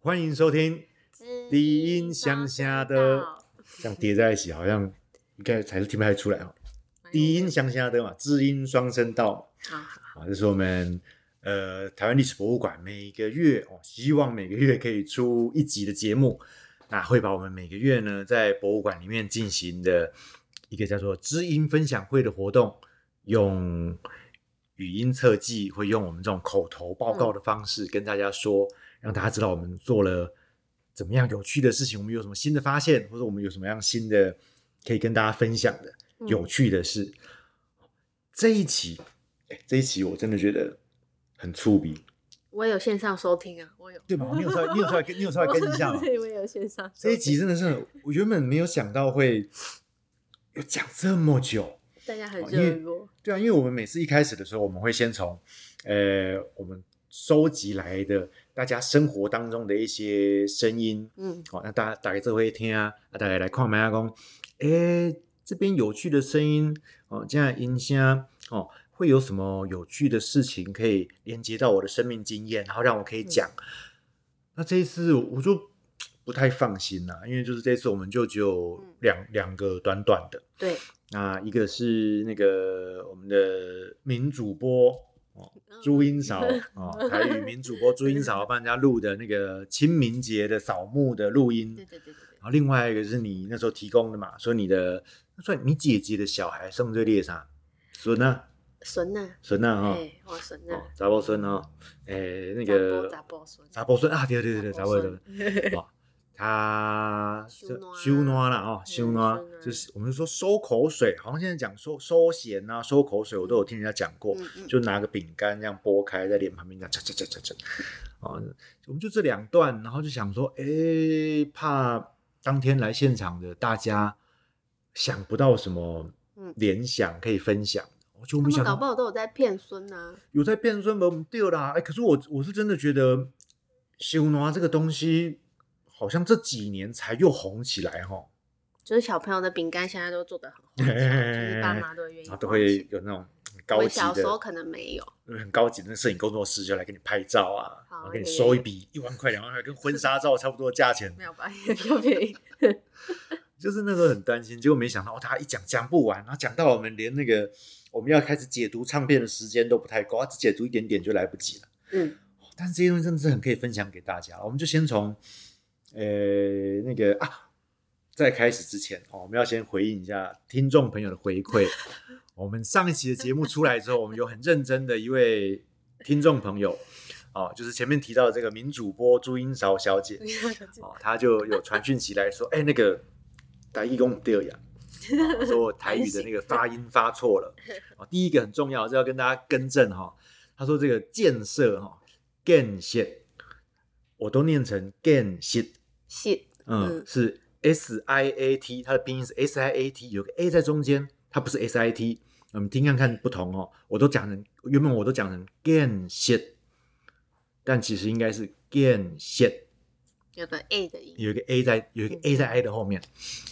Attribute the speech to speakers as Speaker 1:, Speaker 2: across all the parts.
Speaker 1: 欢迎收听。低音乡下的这样叠在一起，好像 应该才是听不太出来哦。低音乡下的嘛，知音双声道
Speaker 2: 啊，
Speaker 1: 啊，这是我们呃台湾历史博物馆每个月哦，希望每个月可以出一集的节目。那会把我们每个月呢在博物馆里面进行的一个叫做知音分享会的活动，用语音测记，会用我们这种口头报告的方式跟大家说，让大家知道我们做了怎么样有趣的事情，我们有什么新的发现，或者我们有什么样新的可以跟大家分享的
Speaker 2: 嗯
Speaker 1: 有趣的事。这一期，哎这一期我真的觉得很触鼻，
Speaker 2: 我有线上收听啊，我有，
Speaker 1: 对吧？你有稍微，你有稍微跟，你有稍微跟一下 吗？
Speaker 2: 对，我有线上收
Speaker 1: 这
Speaker 2: 听。
Speaker 1: 一集真的是，我原本没有想到会有讲这么久。
Speaker 2: 大家很
Speaker 1: 哦因为
Speaker 2: 热络，
Speaker 1: 对啊，因为我们每次一开始的时候，我们会先从呃我们收集来的大家生活当中的一些声音，
Speaker 2: 嗯，
Speaker 1: 好、哦那大家打开这会听啊，啊大家来看麦啊，讲，诶，这边有趣的声音哦，这样的音箱哦，会有什么有趣的事情可以连接到我的生命经验，然后让我
Speaker 2: 嗯
Speaker 1: 可以讲。那这一次我就不太放心啦、因为就是这次我们就只有
Speaker 2: 嗯
Speaker 1: 两、两个短短的，
Speaker 2: 对，
Speaker 1: 那一个是那个我们的名主播
Speaker 2: 嗯
Speaker 1: 哦，朱英嫂 哦，台语名主播朱英嫂帮人家录的那个清明节的扫墓的录音，
Speaker 2: 对对对对对，
Speaker 1: 然后另外一个是你那时候提供的嘛，说你的那算你姐姐的小孩上罪列啥孙啊
Speaker 2: 孙呐，
Speaker 1: 孙啊哈
Speaker 2: 哎，我孙
Speaker 1: 哦
Speaker 2: 呐，
Speaker 1: 杂包孙啊，诶那个
Speaker 2: 杂波孙，
Speaker 1: 杂包孙啊，对对对对，杂
Speaker 2: 杂
Speaker 1: 包
Speaker 2: 波
Speaker 1: 孙
Speaker 2: 孙。 嗯
Speaker 1: 哦，他
Speaker 2: 收
Speaker 1: 就
Speaker 2: 暖啊
Speaker 1: 修暖了哦，修暖
Speaker 2: 收暖
Speaker 1: 就是我们说收口水，好像现在讲收收咸啊，收口水，我都有听人家讲过，
Speaker 2: 嗯嗯，
Speaker 1: 就拿个饼干这样剥开，在脸旁边这样嚓嚓嚓嚓嚓，哦，我们就这两段，然后就想说，诶，怕当天来现场的大家想不到什么
Speaker 2: 嗯
Speaker 1: 联想可以分享，我就
Speaker 2: 他们
Speaker 1: 没想
Speaker 2: 搞
Speaker 1: 到
Speaker 2: 不好都有在骗孙啊呐，
Speaker 1: 有在变身门对啦，哎、可是我我是真的觉得修拿这个东西，好像这几年才又红起来哈，
Speaker 2: 就是小朋友的饼干现在都做的很 花俏，就是爸妈都会愿意花钱，
Speaker 1: 然后啊都会有那种很高
Speaker 2: 我
Speaker 1: 级
Speaker 2: 小时候
Speaker 1: 的、
Speaker 2: 可能没有，
Speaker 1: 很高级的那摄影工作室就来给你拍照啊，
Speaker 2: 好
Speaker 1: 然后给你
Speaker 2: 对
Speaker 1: 收一笔一万块、两万块，跟婚纱照差不多的价钱
Speaker 2: 没。有 吧，也比较便宜。
Speaker 1: 就是那时候很担心，结果没想到、哦、他一讲讲不完，然后讲到我们连那个我们要开始解读唱片的时间都不太够，他只解读一点点就来不及了。
Speaker 2: 嗯，
Speaker 1: 哦但是这些东西真的是很可以分享给大家。我们就先从，呃，那个啊，在开始之前哦，我们要先回应一下听众朋友的回馈。我们上一期的节目出来之后，我们有很认真的一位听众朋友，哦，就是前面提到的这个名主播朱英韶小姐，哦，她就有传讯息来说，哎、那个台语公对呀、哦说我台语的那个发音发错了。哦，第一个很重要，是要跟大家更正哈、他说这个建设哈、建设，我都念成建设，
Speaker 2: 是，
Speaker 1: 嗯，
Speaker 2: 嗯
Speaker 1: 是 S I A T，它的拼音是 S I A T，有个 A 在中间，它不是 S I T。我们听看看不同哦，我都讲成原本我都讲成建设，但其实应该是建设。
Speaker 2: 有个 A 的音，
Speaker 1: 有一个 A 在有一个 A 在 I 的后面，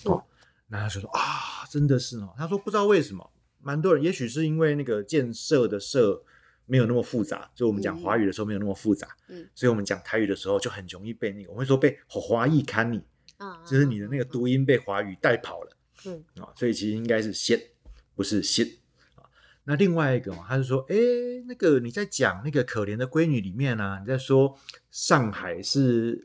Speaker 1: 哦，那他就说啊，真的是哦，他说不知道为什么，蛮多人，也许是因为那个建设的设没有那么复杂，就我们讲华语的时候没有那么复杂，
Speaker 2: 嗯，
Speaker 1: 所以我们讲台语的时候就很容易被那个，我们会说被华裔看你，
Speaker 2: 啊，
Speaker 1: 就是你的那个读音被华语带跑了，
Speaker 2: 嗯
Speaker 1: 啊、所以其实应该是 shit，不是 shit 啊。那另外一个、哦，他就说，诶，那个你在讲那个可怜的闺女里面啊，你在说上海是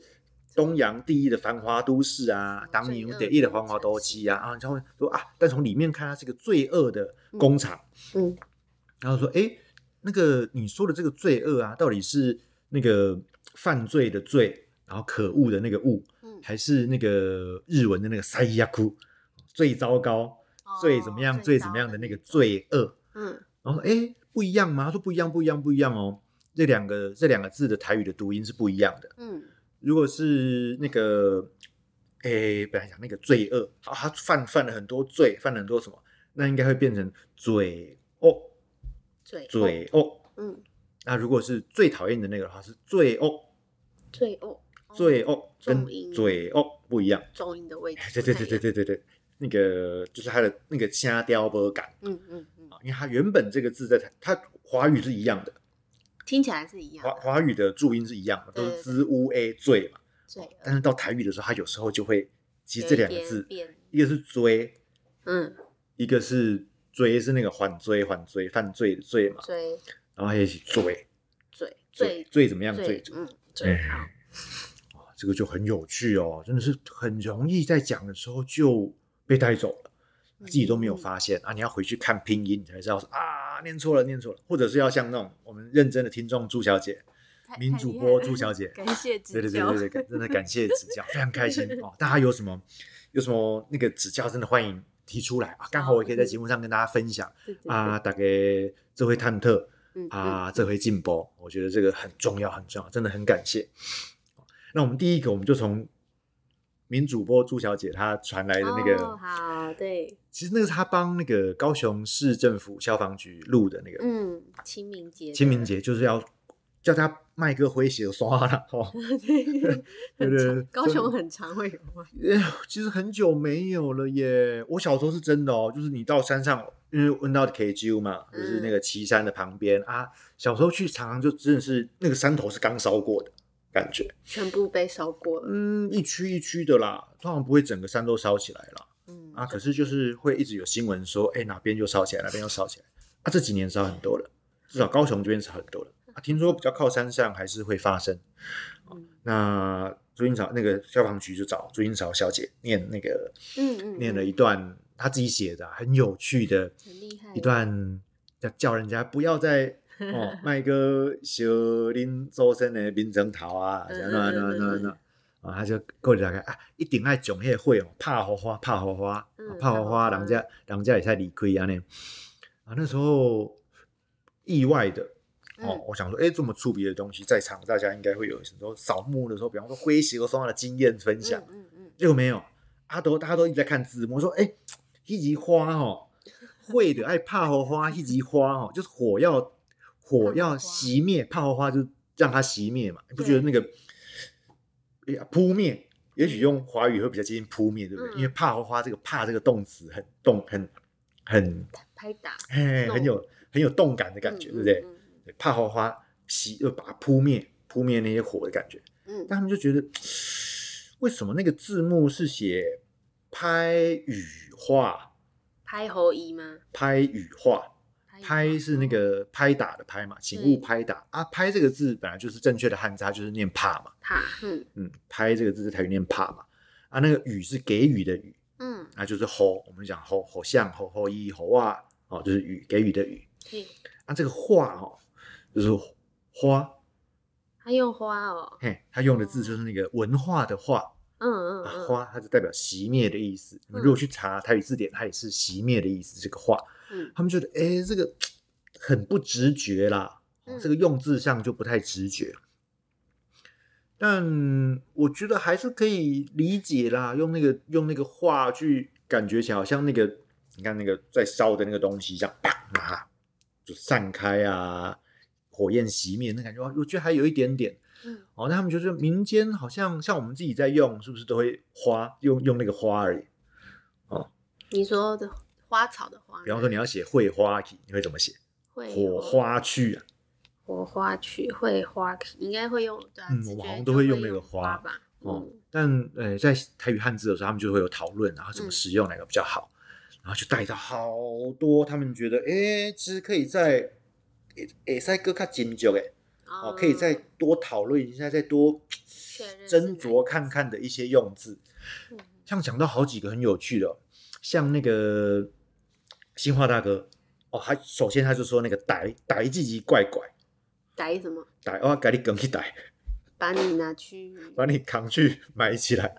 Speaker 1: 东洋第一的繁华都市啊
Speaker 2: 嗯，
Speaker 1: 当年
Speaker 2: 罪恶
Speaker 1: 有得意的繁华都市啊，啊，然后说啊，但从里面看它是个罪恶的工厂，
Speaker 2: 嗯，
Speaker 1: 然后说，诶，那个你说的这个罪恶啊，到底是那个犯罪的罪，然后可恶的那个恶，
Speaker 2: 嗯
Speaker 1: 还是那个日文的那个塞亚库，最糟糕、
Speaker 2: 哦
Speaker 1: 最怎么样、最怎么样的那个，罪恶。
Speaker 2: 嗯
Speaker 1: 然后说，哎，不一样吗？他说不一样，不一样，不一样哦。这两个这两个字的台语的读音是不一样的。
Speaker 2: 嗯
Speaker 1: 如果是那个，哎，本来讲那个罪恶，好，他犯犯了很多罪，犯了很多什么，那应该会变成罪恶，
Speaker 2: 罪恶，
Speaker 1: 罪恶。
Speaker 2: 嗯
Speaker 1: 那如果是最讨厌的那个的话，是罪恶，
Speaker 2: 罪恶，
Speaker 1: 罪恶跟
Speaker 2: 重音
Speaker 1: 罪恶不一样。
Speaker 2: 哦重音的位置
Speaker 1: 哎，， 对对对对，对对对，那个就是它的那个虾雕波感
Speaker 2: 嗯嗯嗯，
Speaker 1: 啊，因为它原本这个字在台它华语是一样的，
Speaker 2: 听起来是一样
Speaker 1: 华
Speaker 2: 的，
Speaker 1: 华语的注音是一样的，都
Speaker 2: 对
Speaker 1: 是
Speaker 2: 对
Speaker 1: 滋乌 a 醉嘛，
Speaker 2: 罪恶
Speaker 1: 但是到台语的时候，它有时候就会，其实这两个字，
Speaker 2: 有一点变
Speaker 1: 一个是追，
Speaker 2: 嗯，
Speaker 1: 一个是追是那个缓追缓追犯罪的罪嘛，
Speaker 2: 罪
Speaker 1: 然后还有一起追
Speaker 2: 罪
Speaker 1: 罪
Speaker 2: 罪
Speaker 1: 罪怎么样哎罪
Speaker 2: 罪，，嗯，罪好，
Speaker 1: 哦这个就很有趣哦，真的是很容易在讲的时候就被带走了，自己都没有
Speaker 2: 嗯
Speaker 1: 发现啊！你要回去看拼音，你才知道说啊，念错了，念错了，或者是要像那种我们认真的听众朱小姐、
Speaker 2: 太
Speaker 1: 名主播朱，小
Speaker 2: 太
Speaker 1: 姐
Speaker 2: 厉害了，感谢指
Speaker 1: 对对对
Speaker 2: 教
Speaker 1: 对对，感真的感谢指教，非常开心哦！大家有什么有什么那个指教，真的欢迎提出来啊！刚好我也可以在节目上跟大家分享
Speaker 2: 对对对
Speaker 1: 啊，大概这回探特。
Speaker 2: 嗯嗯
Speaker 1: 啊，这回进步，我觉得这个很重要，很重要，真的很感谢。那我们第一个，我们就从名主播朱小姐她传来的那个，
Speaker 2: 哦好，对，
Speaker 1: 其实那个是她帮那个高雄市政府消防局录的那个、
Speaker 2: 嗯，清明节，
Speaker 1: 清明，节，就是要叫她麦哥诙谐刷了哦。
Speaker 2: 对
Speaker 1: 对
Speaker 2: 很
Speaker 1: 对
Speaker 2: 常高
Speaker 1: 真的
Speaker 2: 雄很常会有 啊，
Speaker 1: 哎呦其实很久没有了耶，我小时候是真的哦，就是你到山上，因为问到 KGU 嘛，就是
Speaker 2: 嗯
Speaker 1: 那个岐山的旁边、啊，小时候去常常就真的是那个山头是刚烧过的感觉。
Speaker 2: 全部被烧过了，
Speaker 1: 嗯，一区一区的啦，通常不会整个山都烧起来啦。
Speaker 2: 嗯
Speaker 1: 啊，可是就是会一直有新闻说，哎、哪边就烧起来，哪边又烧起来。啊，这几年烧很多了，至少高雄这边烧很多了。啊，听说比较靠山上还是会发生。
Speaker 2: 嗯
Speaker 1: 那朱英潮那个消防局就找朱英潮小姐念那个
Speaker 2: 嗯嗯，
Speaker 1: 念了
Speaker 2: 嗯
Speaker 1: 一段她自己写的啊很有趣的
Speaker 2: 很厉害
Speaker 1: 一段，叫叫人家不 要再哦，卖个小林周身的冰枕头啊，
Speaker 2: 嗯
Speaker 1: 那那那
Speaker 2: 嗯嗯
Speaker 1: 那
Speaker 2: 嗯
Speaker 1: 那，啊，他就过来个啊，一定爱种迄火哦，拍火花，拍火花，啊
Speaker 2: 嗯
Speaker 1: 拍火花，
Speaker 2: 拍火花
Speaker 1: 人家人家也才离开安尼。啊，那时候意外的哦
Speaker 2: 嗯，
Speaker 1: 我想说，哎，这么触鼻的东西，在场大家应该会有什么扫墓的时候，比方说诙谐和双的经验分享，
Speaker 2: 嗯嗯
Speaker 1: 结果没有，阿斗大家都一直在看字幕，说哎，一级花哦，会的爱怕火花，一级花哦，就是火要火要熄灭，怕火花就让它熄灭嘛，你不觉得那个哎呀扑灭？也许用华语会比较接近扑灭，对不对？
Speaker 2: 嗯
Speaker 1: 因为怕火花这个怕这个动词很动很很
Speaker 2: 嗯，拍打
Speaker 1: 嘿
Speaker 2: 动
Speaker 1: 很有很有动感的感觉，对不对？
Speaker 2: 嗯嗯
Speaker 1: 对怕火花熄就把它扑灭，扑灭那些火的感觉。
Speaker 2: 嗯嗯
Speaker 1: 但他们就觉得，为什么那个字幕是写拍羽化？
Speaker 2: 拍猴衣吗？
Speaker 1: 拍羽化，嗯
Speaker 2: 猴
Speaker 1: 拍
Speaker 2: 衣
Speaker 1: 是那个拍打的拍嘛，请勿拍打啊！拍这个字本来就是正确的汉字，它就是念怕嘛，
Speaker 2: 怕，嗯
Speaker 1: 嗯，拍这个字是台语念怕嘛，啊，那个羽是给予的予，
Speaker 2: 嗯，
Speaker 1: 啊，就是吼，我们讲吼吼像吼吼一吼啊，哦，就是予给予的予，
Speaker 2: 嘿，
Speaker 1: 啊，这个化哦，就是花，
Speaker 2: 还有花哦，
Speaker 1: 嘿，它用的字就是那个文化的化，
Speaker 2: 嗯嗯
Speaker 1: 啊
Speaker 2: 嗯，
Speaker 1: 花它就代表熄灭的意思。你们
Speaker 2: 嗯
Speaker 1: 如果去查台语字典，它也是熄灭的意思。这个花，
Speaker 2: 嗯
Speaker 1: 他们觉得哎、诶这个很不直觉啦，哦
Speaker 2: 嗯
Speaker 1: 这个用字上就不太直觉。但我觉得还是可以理解啦，用那个用那个话去感觉起来，好像那个你看那个在烧的那个东西，这样啪啊，就散开啊，火焰熄灭那感觉，我觉得还有一点点。
Speaker 2: 嗯
Speaker 1: 哦，那他们就是民间好像像我们自己在用，是不是都会花用用那个花而已？
Speaker 2: 你说的花草的花吗，
Speaker 1: 比方说你要写会花体，你会怎么写？
Speaker 2: 会
Speaker 1: 火
Speaker 2: 有
Speaker 1: 花去啊，
Speaker 2: 火花去会花，应该会用对啊
Speaker 1: 嗯
Speaker 2: 直
Speaker 1: 我
Speaker 2: 觉
Speaker 1: 好像
Speaker 2: 就
Speaker 1: 都会
Speaker 2: 会
Speaker 1: 用那个花
Speaker 2: 花吧，
Speaker 1: 哦
Speaker 2: 嗯，
Speaker 1: 但呃，在台语汉字的时候，他们就会有讨论，然后怎么使用哪个比较好，然后就带到好多他们觉得，哎，其实可以在，哎，塞哥看研究哎，哦，可以再
Speaker 2: 嗯
Speaker 1: 多讨论一下，再多
Speaker 2: 确认是哪
Speaker 1: 斟酌看看的一些用字。
Speaker 2: 嗯
Speaker 1: 像讲到好几个很有趣的哦、像那个新化大哥哦，他首先他就说那个逮逮唧唧怪怪
Speaker 2: 逮什么，
Speaker 1: 逮，哦，给你梗去逮，
Speaker 2: 把你拿去，
Speaker 1: 把你扛去埋起来。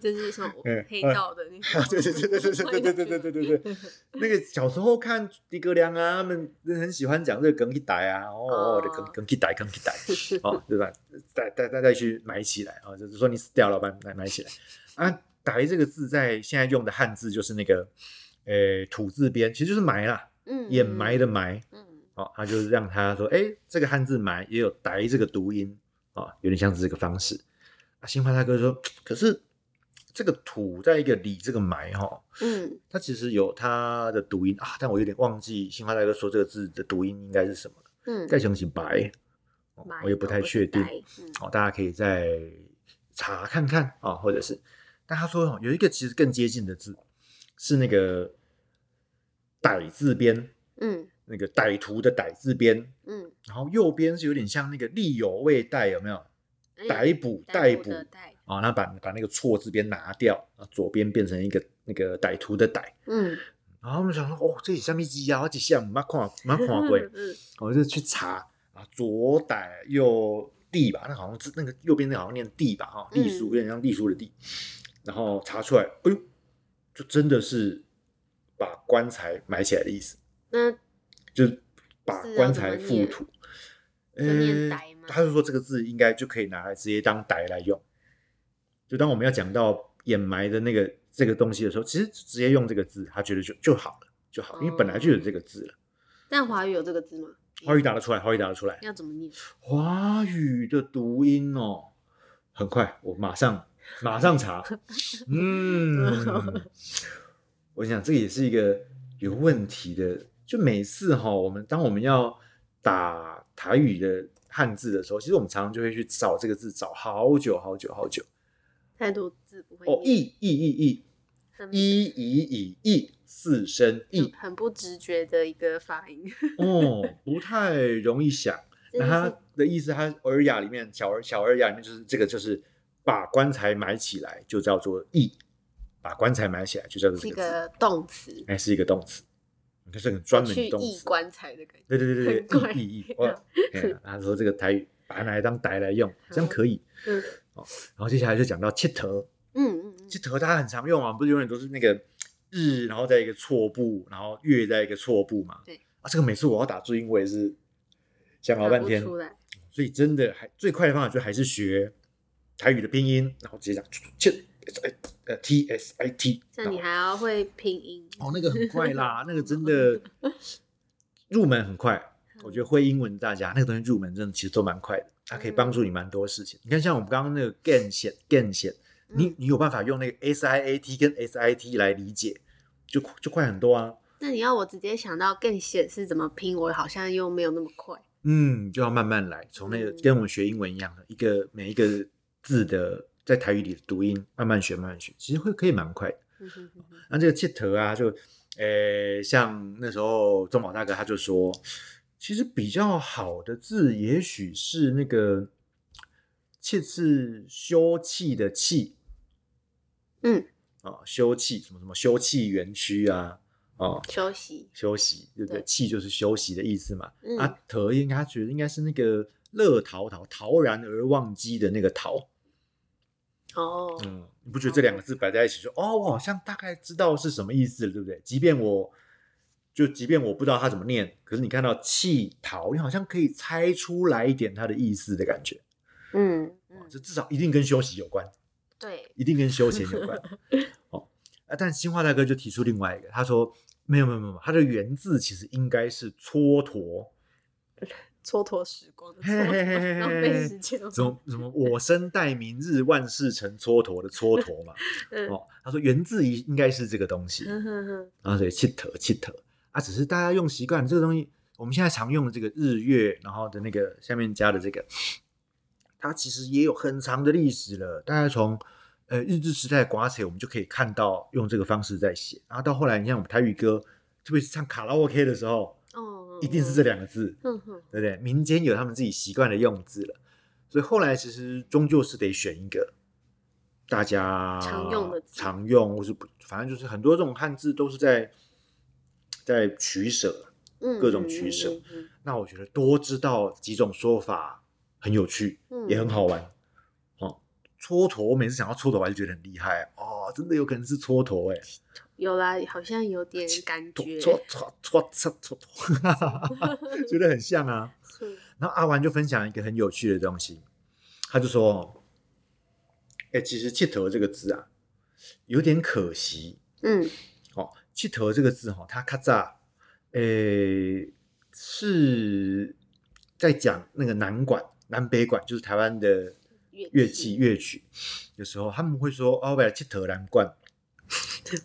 Speaker 2: 这是什么
Speaker 1: 嗯
Speaker 2: 黑
Speaker 1: 嗯
Speaker 2: 道的那 个，
Speaker 1: 对对对对 对对对对对对对对对，那个小时候看诸葛亮啊，他们很喜欢讲这个梗去逮啊，哦，
Speaker 2: 哦
Speaker 1: 哦梗梗去逮，梗去 逮，哦，对吧？带带带带去埋起来啊、哦，就是说你死掉了，把埋埋起来啊。逮这个字在现在用的汉字就是那个，呃，土字边，其实就是埋啦，
Speaker 2: 嗯
Speaker 1: 掩埋的，埋
Speaker 2: 嗯
Speaker 1: 哦，他就是让他说，哎，这个汉字埋也有逮这个读音啊、哦，有点像是这个方式。啊，新发大哥说，可是这个土在一个里这个埋哈、哦，
Speaker 2: 嗯
Speaker 1: 它其实有它的读音啊，但我有点忘记新发大哥说这个字的读音应该是什么了。
Speaker 2: 嗯
Speaker 1: 盖成是白，哦哦
Speaker 2: 埋
Speaker 1: 我也不
Speaker 2: 头
Speaker 1: 太确定。
Speaker 2: 逮嗯
Speaker 1: 哦，大家可以在查看看啊、哦，或者是，但他说哦，有一个其实更接近的字是那个歹字边，
Speaker 2: 嗯
Speaker 1: 那个歹徒的歹字边，
Speaker 2: 嗯，
Speaker 1: 然后右边是有点像那个力有未逮，有没有？
Speaker 2: 哎
Speaker 1: 逮捕
Speaker 2: 逮
Speaker 1: 逮捕
Speaker 2: 的逮，
Speaker 1: 啊，那把把那个错字边拿掉，啊，左边变成一个那个歹徒的歹。
Speaker 2: 嗯，
Speaker 1: 然后我们想说，哦，这是什么鸡啊？我只想没看没看 过，
Speaker 2: 嗯
Speaker 1: 我就去查啊，左歹右地吧，那好像是那个右边那好像念地吧，哈，
Speaker 2: 嗯
Speaker 1: 隶书有点像隶书的地。然后查出来，哎呦，就真的是把棺材埋起来的意思，
Speaker 2: 那
Speaker 1: 就是把棺材覆土。
Speaker 2: 要怎么念
Speaker 1: 呃
Speaker 2: 要念歹吗
Speaker 1: 他是说这个字应该就可以拿来直接当歹来用，就当我们要讲到掩埋的那个这个东西的时候，其实直接用这个字，他觉得就就好了，就好，因为本来就有这
Speaker 2: 哦
Speaker 1: 个字了。
Speaker 2: 但华语有这个字吗？
Speaker 1: 华语打得出来，华语打得出来。
Speaker 2: 要怎么念？
Speaker 1: 华语的读音哦，很快，我马上马上查。嗯，我想这个也是一个有问题的。就每次哈、我们当我们要打台语的汉字的时候，其实我们常常就会去找这个字，找好久好久好久。
Speaker 2: 太多字不会
Speaker 1: 哦，
Speaker 2: 念，
Speaker 1: 意意意
Speaker 2: 很
Speaker 1: 意一以以意四声意
Speaker 2: 很很不直觉的一个发音。
Speaker 1: 哦，不太容易想。那
Speaker 2: 真的
Speaker 1: 他的意思，他尔雅里面小尔小尔雅里面就是这个，就是把棺材埋起来，就叫做义；把棺材埋起来就叫做
Speaker 2: 是
Speaker 1: 这
Speaker 2: 一
Speaker 1: 个字，
Speaker 2: 个动词，
Speaker 1: 哎，是一个动词，它是很专门
Speaker 2: 去
Speaker 1: 的动
Speaker 2: 义
Speaker 1: 词。
Speaker 2: 棺材的感觉。
Speaker 1: 对对对
Speaker 2: 很怪
Speaker 1: 对，义义义。 哇哎呀他说这个台语把它拿来当台来用，这样可以。
Speaker 2: 嗯
Speaker 1: 然后接下来就讲到切头，
Speaker 2: 嗯嗯
Speaker 1: 切头大家很常用啊，不是永远都是那个日，然后在一个错部，然后月在一个错部嘛。
Speaker 2: 对
Speaker 1: 啊，这个每次我要打注音，我也是
Speaker 2: 嗯，
Speaker 1: 想老半天
Speaker 2: 打不。出来。
Speaker 1: 所以真的还最快的方法就还是学台语的拼音，然后直接讲切呃 t s i t，
Speaker 2: 像你还要会拼音，
Speaker 1: 哦那个很快 啦，那个真的入门很快。我觉得会英文大家那个东西入门真的其实都蛮快的，它可以帮助你蛮多事情。你看像我们刚刚那个 gain 显 gain 显，
Speaker 2: 嗯
Speaker 1: 你你有办法用那个 s i a t 跟 s i t 来理解，就就快很多啊。
Speaker 2: 那你要我直接想到更显示怎么拼，我好像又没有那么快。
Speaker 1: 嗯，就要慢慢来，从那个
Speaker 2: 嗯
Speaker 1: 跟我们学英文一样的，一个每一个字的在台语里的读音，慢慢学，慢慢学，其实会可以蛮快的。
Speaker 2: 嗯哼哼哼
Speaker 1: 那这个切头啊，就呃，像那时候中宝大哥他就说，其实比较好的字，也许是那个切是休憩的憩
Speaker 2: 嗯，
Speaker 1: 啊，休憩什么什么休憩园区啊，哦、
Speaker 2: 休息，
Speaker 1: 休息，对不对？
Speaker 2: 对
Speaker 1: 憩就是休息的意思嘛。
Speaker 2: 嗯
Speaker 1: 啊，得应该他觉得应该是那个乐陶陶，陶然而忘机的那个陶。
Speaker 2: 哦，
Speaker 1: 嗯，你不觉得这两个字摆在一起说，哦，我好像大概知道是什么意思了，对不对？即便我就即便我不知道它怎么念，可是你看到气陶，你好像可以猜出来一点它的意思的感觉。
Speaker 2: 嗯
Speaker 1: 哦
Speaker 2: 嗯，
Speaker 1: 这至少一定跟休息有关，
Speaker 2: 对，
Speaker 1: 一定跟休闲 有关。哦，啊，但新化大哥就提出另外一个，他说没有没有没有，他的原字其实应该是蹉跎。
Speaker 2: 蹉跎时 光的
Speaker 1: 嘿
Speaker 2: 蹉
Speaker 1: 嘿嘿嘿
Speaker 2: 跎，
Speaker 1: 嘿
Speaker 2: 浪费时 间。
Speaker 1: 怎么怎么我生待明日，万事成蹉跎的蹉跎嘛。
Speaker 2: 嗯
Speaker 1: 哦，他说源自于应该是这个东西，
Speaker 2: 嗯哼哼，
Speaker 1: 然后所以气头气头啊，只是大家用习惯这个东西，我们现在常用的这个日月，然后的那个下面加的这个，它其实也有很长的历史了，大概从。呃，日治时代的寡扯，我们就可以看到用这个方式在写，然后到后来，你看我们台语歌，特别是唱卡拉 OK 的时候，
Speaker 2: 哦，
Speaker 1: 一定是这
Speaker 2: 里。
Speaker 1: 两个字，
Speaker 2: 嗯哼，
Speaker 1: 对不对？民间有他们自己习惯的用字了，所以后来其实终究是得选一个大家
Speaker 2: 常用的字
Speaker 1: 常用或是不，反正就是很多这种汉字都是在在取舍。
Speaker 2: 嗯，
Speaker 1: 各种取舍
Speaker 2: 嗯，嗯
Speaker 1: 那我觉得多知道几种说法很有趣，
Speaker 2: 嗯
Speaker 1: 也很好玩。哦，蹉跎，我每次想到蹉跎，我还是觉得很厉害哦，真的有可能是蹉跎哎、
Speaker 2: 有啦，好像有点感觉。
Speaker 1: 蹉跎蹉跎蹉跎， 觉得很像啊。
Speaker 2: 嗯
Speaker 1: 然后阿丸就分享一个很有趣的东西，他就说：“哎、其实‘气头’这个字啊，有点可惜
Speaker 2: 嗯
Speaker 1: 哦。‘气头’这个字哈、哦，它咔嚓，哎、是在讲那个南管、南北管，就是台湾的乐
Speaker 2: 乐
Speaker 1: 器，乐曲。有时候他们会说：‘哦，我要气头南管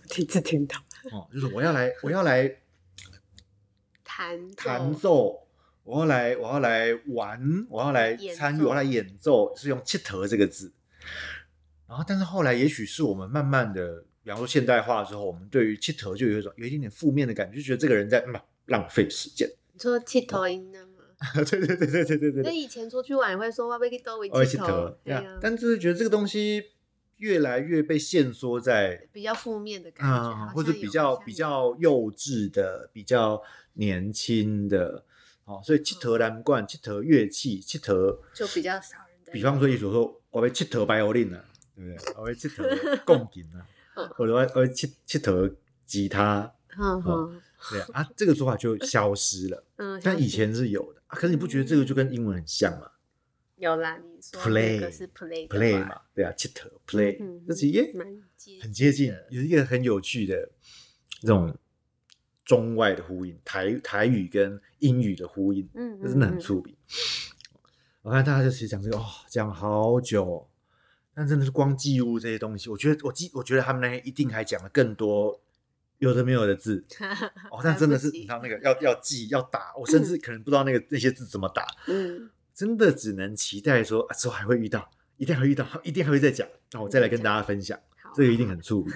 Speaker 2: 第一次听到。’
Speaker 1: 哦，就是我要来，我要来
Speaker 2: 弹
Speaker 1: 弹
Speaker 2: 奏，
Speaker 1: 奏。”我要来，我要来玩，我要来
Speaker 2: 演
Speaker 1: 参与，
Speaker 2: 奏
Speaker 1: 我要来演奏，是用“气头”这个字。然后，但是后来也许是我们慢慢的，比方说现代化之后，我们对于气头就有一种有一点点负面的感觉，就觉得这个人在嗯浪费时间。
Speaker 2: 你说剃头音的吗？
Speaker 1: 对对对对对对对
Speaker 2: 那
Speaker 1: 对，
Speaker 2: 以前出去玩也会说我要去都为
Speaker 1: 哦，
Speaker 2: 剃
Speaker 1: 气
Speaker 2: 头
Speaker 1: 头，，
Speaker 2: 对啊
Speaker 1: 呀
Speaker 2: 呀，
Speaker 1: 但就是觉得这个东西越来越被限缩在
Speaker 2: 比较负面的感觉，好
Speaker 1: 啊，
Speaker 2: 像
Speaker 1: 或者
Speaker 2: 有
Speaker 1: 比较
Speaker 2: 好像
Speaker 1: 比
Speaker 2: 有
Speaker 1: 较幼稚的、比较年轻的，哦，所以
Speaker 2: 嗯
Speaker 1: 七头蓝罐、七头乐器、七头，
Speaker 2: 就比较少人在
Speaker 1: 比方说一所说，我被七头白油令了，对不对？我被七头贡品了
Speaker 2: 嗯，
Speaker 1: 或者我我七七头吉他，
Speaker 2: 嗯哼
Speaker 1: 对啊啊，这个说法就消失 了，
Speaker 2: 嗯，
Speaker 1: 但
Speaker 2: 像
Speaker 1: 以前是有的、啊。可是你不觉得这个就跟英文很像吗
Speaker 2: 有啦，你说那个
Speaker 1: Play，
Speaker 2: 是 play 的
Speaker 1: ？Play
Speaker 2: 话，
Speaker 1: 嘛，对啊，七头 play，
Speaker 2: 嗯
Speaker 1: 那其实也
Speaker 2: 蛮接
Speaker 1: 很接近
Speaker 2: 的，
Speaker 1: 有一个很有趣的这种中外的呼应，台台语跟英语的呼应，
Speaker 2: 嗯，
Speaker 1: 这真的
Speaker 2: 嗯
Speaker 1: 很
Speaker 2: 嗯
Speaker 1: 出名。我看大家就其实讲这个哦，讲好久哦，但真的是光记录这些东西，我觉得我记，我觉得他们那一定还讲了更多有的没有的字 哦，但真的是
Speaker 2: 嗯来不及
Speaker 1: 你知道那个要要记要打，我甚至可能不知道那个那些字怎么打，
Speaker 2: 嗯，
Speaker 1: 真的只能期待说啊之后还会遇到，一定还会遇到，一定还会再讲，那我再来跟大家分享。
Speaker 2: 好，啊
Speaker 1: 这个一定很触鼻。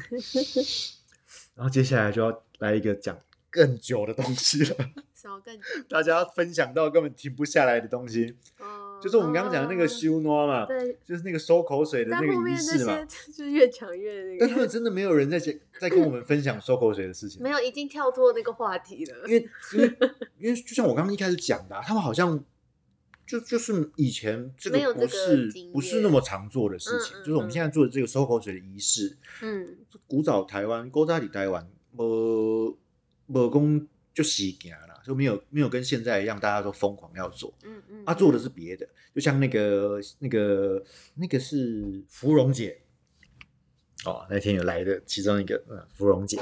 Speaker 1: 然后接下来就要来一个讲更久的东西了，
Speaker 2: 什么 更
Speaker 1: 大家分享到根本停不下来的东西，
Speaker 2: 哦
Speaker 1: 就是我们刚刚讲的那个
Speaker 2: 哦
Speaker 1: 修诺嘛，
Speaker 2: 对，
Speaker 1: 就是那个收口水的
Speaker 2: 但
Speaker 1: 那
Speaker 2: 后
Speaker 1: 个仪
Speaker 2: 面那
Speaker 1: 式
Speaker 2: 些
Speaker 1: 嘛。
Speaker 2: 就是越讲越那
Speaker 1: 但他
Speaker 2: 个，
Speaker 1: 们真的没有人在讲，在跟我们分享收口水的事情
Speaker 2: 没，有已经跳脱那个话题了
Speaker 1: 因。为因为因为就像我刚刚一开始讲的啊、他们好像就就是以前这
Speaker 2: 没有这
Speaker 1: 个不
Speaker 2: 个
Speaker 1: 是
Speaker 2: 经验
Speaker 1: 不是那么常做的事情，
Speaker 2: 嗯嗯
Speaker 1: 就是我们
Speaker 2: 嗯
Speaker 1: 现在做的这个收口水的仪式，
Speaker 2: 嗯，
Speaker 1: 古早台湾、古早里台湾，无无讲就习行啦，就没有没有跟现在一样，大家都疯狂要做。
Speaker 2: 嗯嗯，
Speaker 1: 他、做的是别的，就像那个那个那个是芙蓉姐，哦，那天有来的其中一个，嗯，芙蓉姐，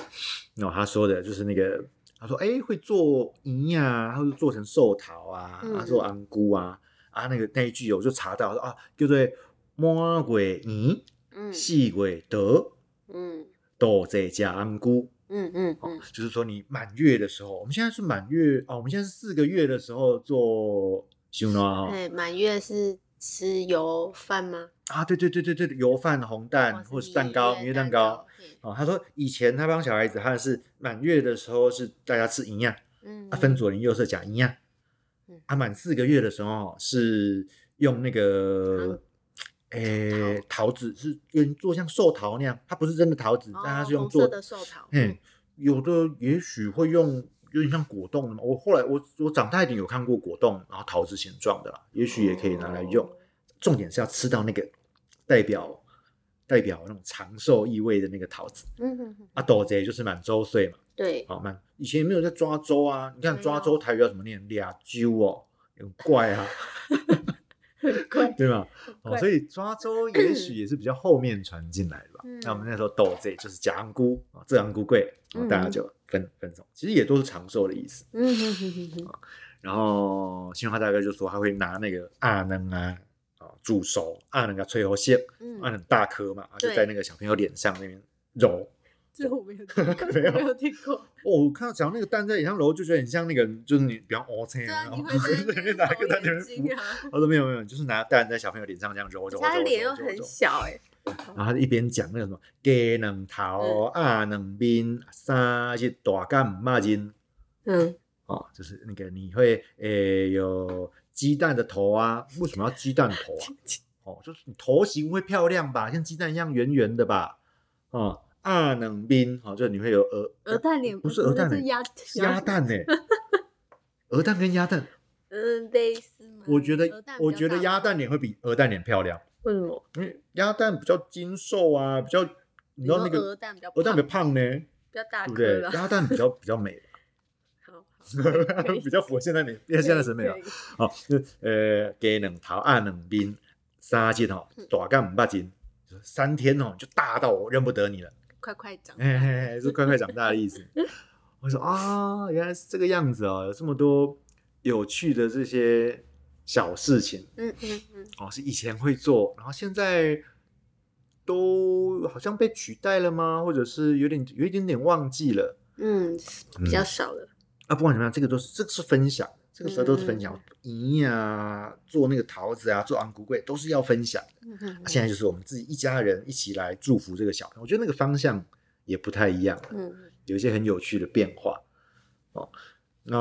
Speaker 1: 那、哦、她说的就是那个，她说哎、会做银呀、啊，她会做成寿桃啊，
Speaker 2: 嗯
Speaker 1: 她做安菇啊，啊那个那一句我就查到说啊，叫做魔鬼银，
Speaker 2: 嗯
Speaker 1: 细鬼德。
Speaker 2: 嗯
Speaker 1: 豆在加安菇，
Speaker 2: 嗯嗯
Speaker 1: 哦
Speaker 2: 嗯，
Speaker 1: 就是说你满月的时候，我们现在是满月哦，我们现在是四个月的时候做修诺哈
Speaker 2: 对，哎满月是吃油饭吗？
Speaker 1: 啊，对对对对对，油饭、红
Speaker 2: 哦
Speaker 1: 蛋或是蛋糕、
Speaker 2: 蜜
Speaker 1: 明
Speaker 2: 月
Speaker 1: 月蛋
Speaker 2: 糕
Speaker 1: 糕。，哦，他说以前他帮小孩子，他是满月的时候是大家吃营养，
Speaker 2: 嗯，
Speaker 1: 啊分左邻右舍讲营养
Speaker 2: 嗯，
Speaker 1: 啊满四个月的时候是用那
Speaker 2: 糖。
Speaker 1: 个诶，桃子是用做像寿桃那样，它不是真的桃子，
Speaker 2: 哦，
Speaker 1: 但它是用
Speaker 2: 红
Speaker 1: 做
Speaker 2: 色的寿桃，
Speaker 1: 嗯，有的也许会用有点像果冻的嘛。我后来我我长大一点有看过果冻，然后桃子形状的啦，也许也可以拿来用。
Speaker 2: 哦
Speaker 1: 重点是要吃到那个代表代表那种长寿意味的那个桃子。
Speaker 2: 嗯嗯嗯，
Speaker 1: 啊，斗贼就是满周岁嘛，
Speaker 2: 对，
Speaker 1: 好、满以前也没有在抓周啊。你看
Speaker 2: 没
Speaker 1: 抓
Speaker 2: 有
Speaker 1: 周台语要怎么念？俩揪哦，很怪啊，
Speaker 2: 快
Speaker 1: 对吧？哦，
Speaker 2: 怪
Speaker 1: 所以抓周也许也是比较后面传 进来的吧。
Speaker 2: 嗯
Speaker 1: 那我们那时候斗这就是假昂菇啊，这昂菇贵，哦大家
Speaker 2: 嗯
Speaker 1: 就分分手，其实也都是长寿的意思。
Speaker 2: 嗯哼哼哼哼，
Speaker 1: 然后新华大哥就说他会拿那个阿能啊啊煮熟阿能啊吹喉线，
Speaker 2: 嗯
Speaker 1: 阿能大颗嘛，啊就
Speaker 2: 对
Speaker 1: 在那个小朋友脸上那边揉。
Speaker 2: 这我没有听过，
Speaker 1: 没有
Speaker 2: 没有听过。
Speaker 1: 哦，我看到讲那个蛋在脸上揉，就觉得很像那个，就是你比方哦，这
Speaker 2: 对
Speaker 1: 样，
Speaker 2: 啊，
Speaker 1: 然
Speaker 2: 你
Speaker 1: 后
Speaker 2: 会觉得
Speaker 1: 拿一个 蛋在那
Speaker 2: 眼
Speaker 1: 边
Speaker 2: 睛
Speaker 1: 敷。
Speaker 2: 啊，
Speaker 1: 他说没有没有，就是拿蛋在小朋友脸上这样揉揉揉揉
Speaker 2: 他
Speaker 1: 揉
Speaker 2: 的脸又
Speaker 1: 揉
Speaker 2: 很
Speaker 1: 揉
Speaker 2: 小哎，
Speaker 1: 然后他就一边讲那个什么鸡两头
Speaker 2: 嗯
Speaker 1: 啊两边三日大干五马斤
Speaker 2: 嗯，
Speaker 1: 哦，就是那个你会诶有鸡蛋的头啊，为什么要鸡蛋头啊？哦，就是你头型会漂亮吧，像鸡蛋一样圆圆的吧？哦，啊两边哦，就是你会有鹅
Speaker 2: 鹅蛋脸
Speaker 1: 不是鹅蛋
Speaker 2: 是
Speaker 1: 脸，
Speaker 2: 鸭
Speaker 1: 是 鸭，蛋呢、鹅蛋跟鸭蛋，
Speaker 2: 嗯，类似吗？
Speaker 1: 我觉得
Speaker 2: 鹅蛋比较
Speaker 1: 我觉得
Speaker 2: 大
Speaker 1: 鸭蛋脸会比鹅蛋脸漂亮，
Speaker 2: 为什么？
Speaker 1: 因为鸭蛋比较精瘦啊，比较你知道那
Speaker 2: 说
Speaker 1: 个
Speaker 2: 鹅蛋比较
Speaker 1: 鹅蛋比较胖呢，
Speaker 2: 比较大
Speaker 1: 对不
Speaker 2: 颗
Speaker 1: 对
Speaker 2: 了？，
Speaker 1: 鸭蛋比较比较美，
Speaker 2: 好，好可以
Speaker 1: 比较符合现在美， 现在的审美了
Speaker 2: 可以。可以
Speaker 1: 哦，就是呃，鸡两头按两边，三斤哦
Speaker 2: 嗯，
Speaker 1: 大干五八斤，三天哦就大到我认不得 你了，
Speaker 2: 快快长大，
Speaker 1: 嘿嘿嘿，是快快长大的 意思。我说啊、原来是这个样子哦，有这么多有趣的这些小事情
Speaker 2: 嗯嗯嗯，
Speaker 1: 哦，是以前会做，然后现在都好像被取代了吗？或者是有点有一点点忘记了？
Speaker 2: 嗯，比较少了，
Speaker 1: 啊，不管怎么样，这个都是这个是分享，这个时候都是分享银啊，做那个桃子啊，做昂古贵都是要分享的。啊
Speaker 2: 嗯哼
Speaker 1: 现在就是我们自己一家人一起来祝福这个小朋友，我觉得那个方向也不太一样了。
Speaker 2: 嗯
Speaker 1: 有一些很有趣的变化哦。那、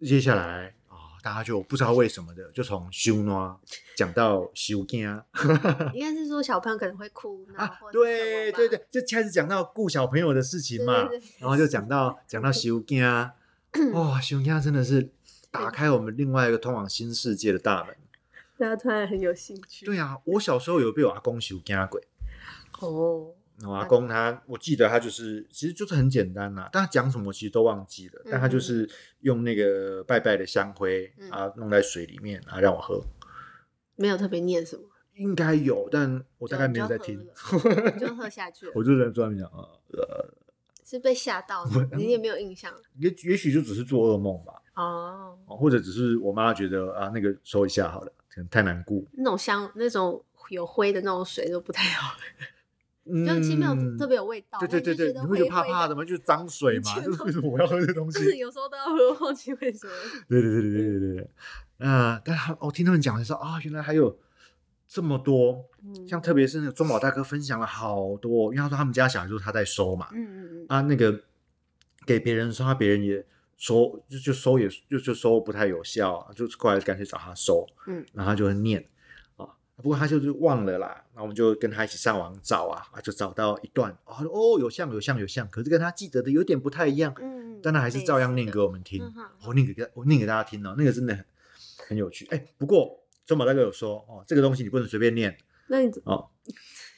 Speaker 1: 接下来啊、大家就不知道为什么的，就从修呢讲到修惊啊，
Speaker 2: 嗯，应该是说小朋友可能会哭然后或者是
Speaker 1: 对啊对
Speaker 2: 什么吧
Speaker 1: 对，就开始讲到顾小朋友的事情嘛，
Speaker 2: 对对对
Speaker 1: 然后就讲到讲到修惊 啊，哇、修惊真的是打开我们另外一个通往新世界的大门。
Speaker 2: 大家突然很有兴趣，
Speaker 1: 对啊，我小时候有被我阿公修惊过。
Speaker 2: 哦，
Speaker 1: 我阿公他，我记得他就是，其实就是很简单啦、但他讲什么其实都忘记了，但他就是用那个拜拜的香灰
Speaker 2: 嗯
Speaker 1: 啊弄在水里面啊让我喝，
Speaker 2: 没有特别念什么，
Speaker 1: 应该有，但我大概没有在
Speaker 2: 你
Speaker 1: 听
Speaker 2: 就，喝了你就喝下去了，
Speaker 1: 我就在专门讲啊，呃，
Speaker 2: 是被吓到的，你也没有印象
Speaker 1: 也也许就只是做噩梦吧，
Speaker 2: 哦。
Speaker 1: 哦或者只是我妈觉得啊那个收一下好了，可能太难过，
Speaker 2: 那种香，那种有灰的那种水就不太好，
Speaker 1: 嗯，
Speaker 2: 就其实没有特别有味道。
Speaker 1: 对对对对，你会觉
Speaker 2: 觉
Speaker 1: 得怕怕 的
Speaker 2: 吗？
Speaker 1: 嘛，就是脏水嘛，
Speaker 2: 你觉
Speaker 1: 就
Speaker 2: 得
Speaker 1: 是为什么我要喝这 东
Speaker 2: 就
Speaker 1: 西？
Speaker 2: 是有时候都要喝，忘记为什么。
Speaker 1: 对对对对对对对对。那但他我、听他们讲的时候啊，原来还有这么多，
Speaker 2: 嗯
Speaker 1: 像特别是那个中宝大哥分享了好多，因为他说他们家小孩就是他在收嘛，
Speaker 2: 嗯嗯嗯，
Speaker 1: 啊，那个给别人收，他别人也收，就就收也就就收不太有效啊，就过来干脆找他收，
Speaker 2: 嗯，
Speaker 1: 然后他就会念啊，不过他就是忘了啦，那我们就跟他一起上网找啊，啊就找到一段，啊哦有像有像有像，可是跟他记得的有点不太一样，
Speaker 2: 嗯，
Speaker 1: 但他还是照样念给我们听
Speaker 2: 嗯哼，
Speaker 1: 我、念给大我念给大家听哦，那个真的很很有趣。哎，不过中宝大哥有说哦，这个东西你不能随便念
Speaker 2: 那你怎
Speaker 1: 哦。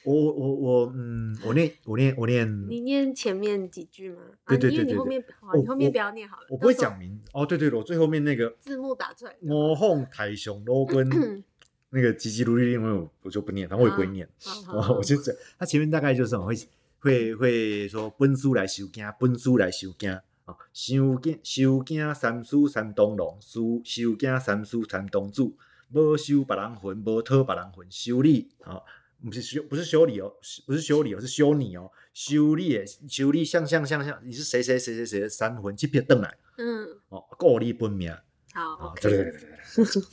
Speaker 1: 我我我我嗯，我念我念我念，
Speaker 2: 你念前面几句吗？啊
Speaker 1: 对对
Speaker 2: 因为
Speaker 1: 对
Speaker 2: 你
Speaker 1: 对
Speaker 2: 后
Speaker 1: 对
Speaker 2: 面好，
Speaker 1: 我
Speaker 2: 你后面
Speaker 1: 我
Speaker 2: 不要念好了。
Speaker 1: 我不会
Speaker 2: 到时候
Speaker 1: 讲名哦。对对了，我最后面那个
Speaker 2: 字幕打出来。
Speaker 1: 魔哄台熊罗
Speaker 2: 嗯
Speaker 1: 根那个吉吉如律令，我我就不念，然后我也不会念，
Speaker 2: 好好
Speaker 1: 哦
Speaker 2: 啊好，
Speaker 1: 我就这样。他前面大概就是哦会会会说本书来修经，本书来修经。哦，修经修经三书三东龙，书修经三书三东主，无修别人魂，无讨别人魂，修理哦，不是修不是修理哦，是不是修理哦，是修你哦，修理的修理像像像像，你是谁谁谁谁谁的三魂，去别邓来
Speaker 2: 嗯，
Speaker 1: 哦，故你本命。
Speaker 2: 好
Speaker 1: 啊，，对对对对对对，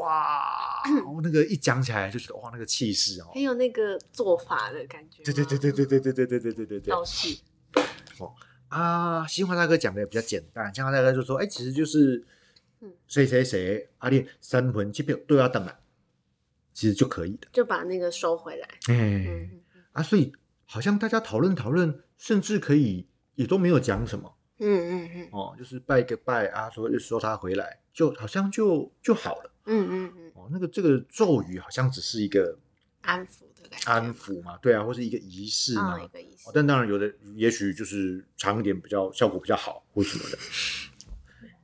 Speaker 1: 哇，我那个一讲起来就觉得哇，那个气势哦，
Speaker 2: 很有那个做法的感觉。
Speaker 1: 对对对对对，对对对对对对对对
Speaker 2: 倒是
Speaker 1: 啊！新华大哥讲的也比较简单，新华大哥就说，哎，其实就是
Speaker 2: 嗯
Speaker 1: 谁谁谁，阿烈三魂七魄都要等了，其实就可以的，
Speaker 2: 就把那个收回来。嗯
Speaker 1: 哎
Speaker 2: 嗯
Speaker 1: 啊，所以好像大家讨论讨论，甚至可以也都没有讲什么
Speaker 2: 嗯嗯
Speaker 1: 哦，就是拜个拜啊，说说他回来，就好像就就好了
Speaker 2: 嗯嗯嗯，
Speaker 1: 哦。那个这个咒语好像只是一个。
Speaker 2: 安抚的感觉。
Speaker 1: 安抚嘛，对啊，或是一个仪式嘛。
Speaker 2: 嗯，一个意思
Speaker 1: 哦。但当然，有的也许就是长一点比较效果比较好，或什么 的。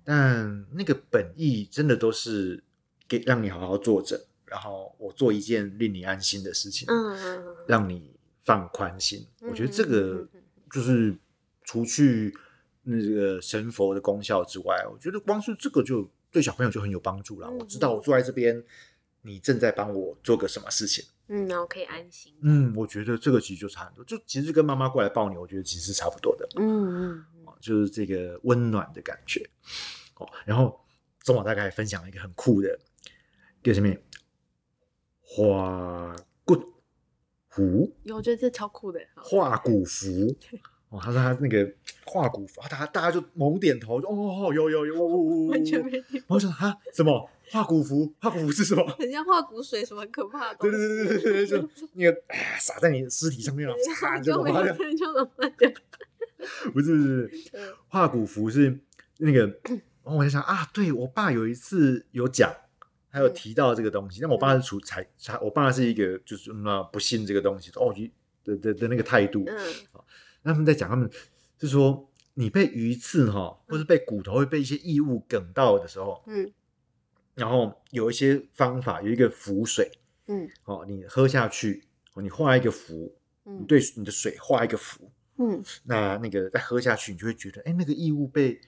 Speaker 1: 但那个本意真的都是给让你好好坐着，然后我做一件令你安心的事情，
Speaker 2: 嗯嗯嗯
Speaker 1: 让你放宽心。
Speaker 2: 嗯
Speaker 1: 我觉得这个
Speaker 2: 嗯嗯嗯
Speaker 1: 就是除去那个神佛的功效之外，我觉得光是这个就对小朋友就很有帮助了。
Speaker 2: 嗯
Speaker 1: 我知道我坐在这边，你正在帮我做个什么事情。
Speaker 2: 嗯，然后可以安心。
Speaker 1: 嗯，我觉得这个其实就差很多，就其实跟妈妈过来抱你，我觉得其实是差不多的，
Speaker 2: 嗯嗯嗯，
Speaker 1: 哦就是这个温暖的感觉。哦，然后中网大概分享了一个很酷的，叫什么？画骨符，
Speaker 2: 有，我觉得这超酷的。好
Speaker 1: 画骨符。哦，他说他那个画骨符，啊大家大家就猛点头，就哦，有有有，哦哦哦哦
Speaker 2: 完全没听，
Speaker 1: 然后我想啊，什么画骨符？画骨符是什么？
Speaker 2: 很像化骨水什么很可怕的
Speaker 1: 对
Speaker 2: 东
Speaker 1: 对
Speaker 2: 西。
Speaker 1: 对对对对，就那个哎撒在你的尸体上面了，擦，
Speaker 2: 对
Speaker 1: 你
Speaker 2: 就
Speaker 1: 就
Speaker 2: 没
Speaker 1: 把它
Speaker 2: 有人就怎么讲？
Speaker 1: 不是不是不
Speaker 2: 嗯
Speaker 1: 是，画骨符是那个，然后我在想啊，对我爸有一次有讲，还
Speaker 2: 嗯
Speaker 1: 有提到这个东西，但我爸是处才才，我爸是一个就是那不信这个东西的哦一的的的那个态度，
Speaker 2: 嗯
Speaker 1: 那他们在讲他们是说你被鱼刺哈，或是被骨头会被一些异物梗到的时候，
Speaker 2: 嗯
Speaker 1: 然后有一些方法，有一个符水
Speaker 2: 嗯
Speaker 1: 哦，你喝下去，哦你画一个符，你
Speaker 2: 嗯，
Speaker 1: 对你的水画一个符，
Speaker 2: 嗯
Speaker 1: 那那个再喝下去，你就会觉得，哎，那个异物被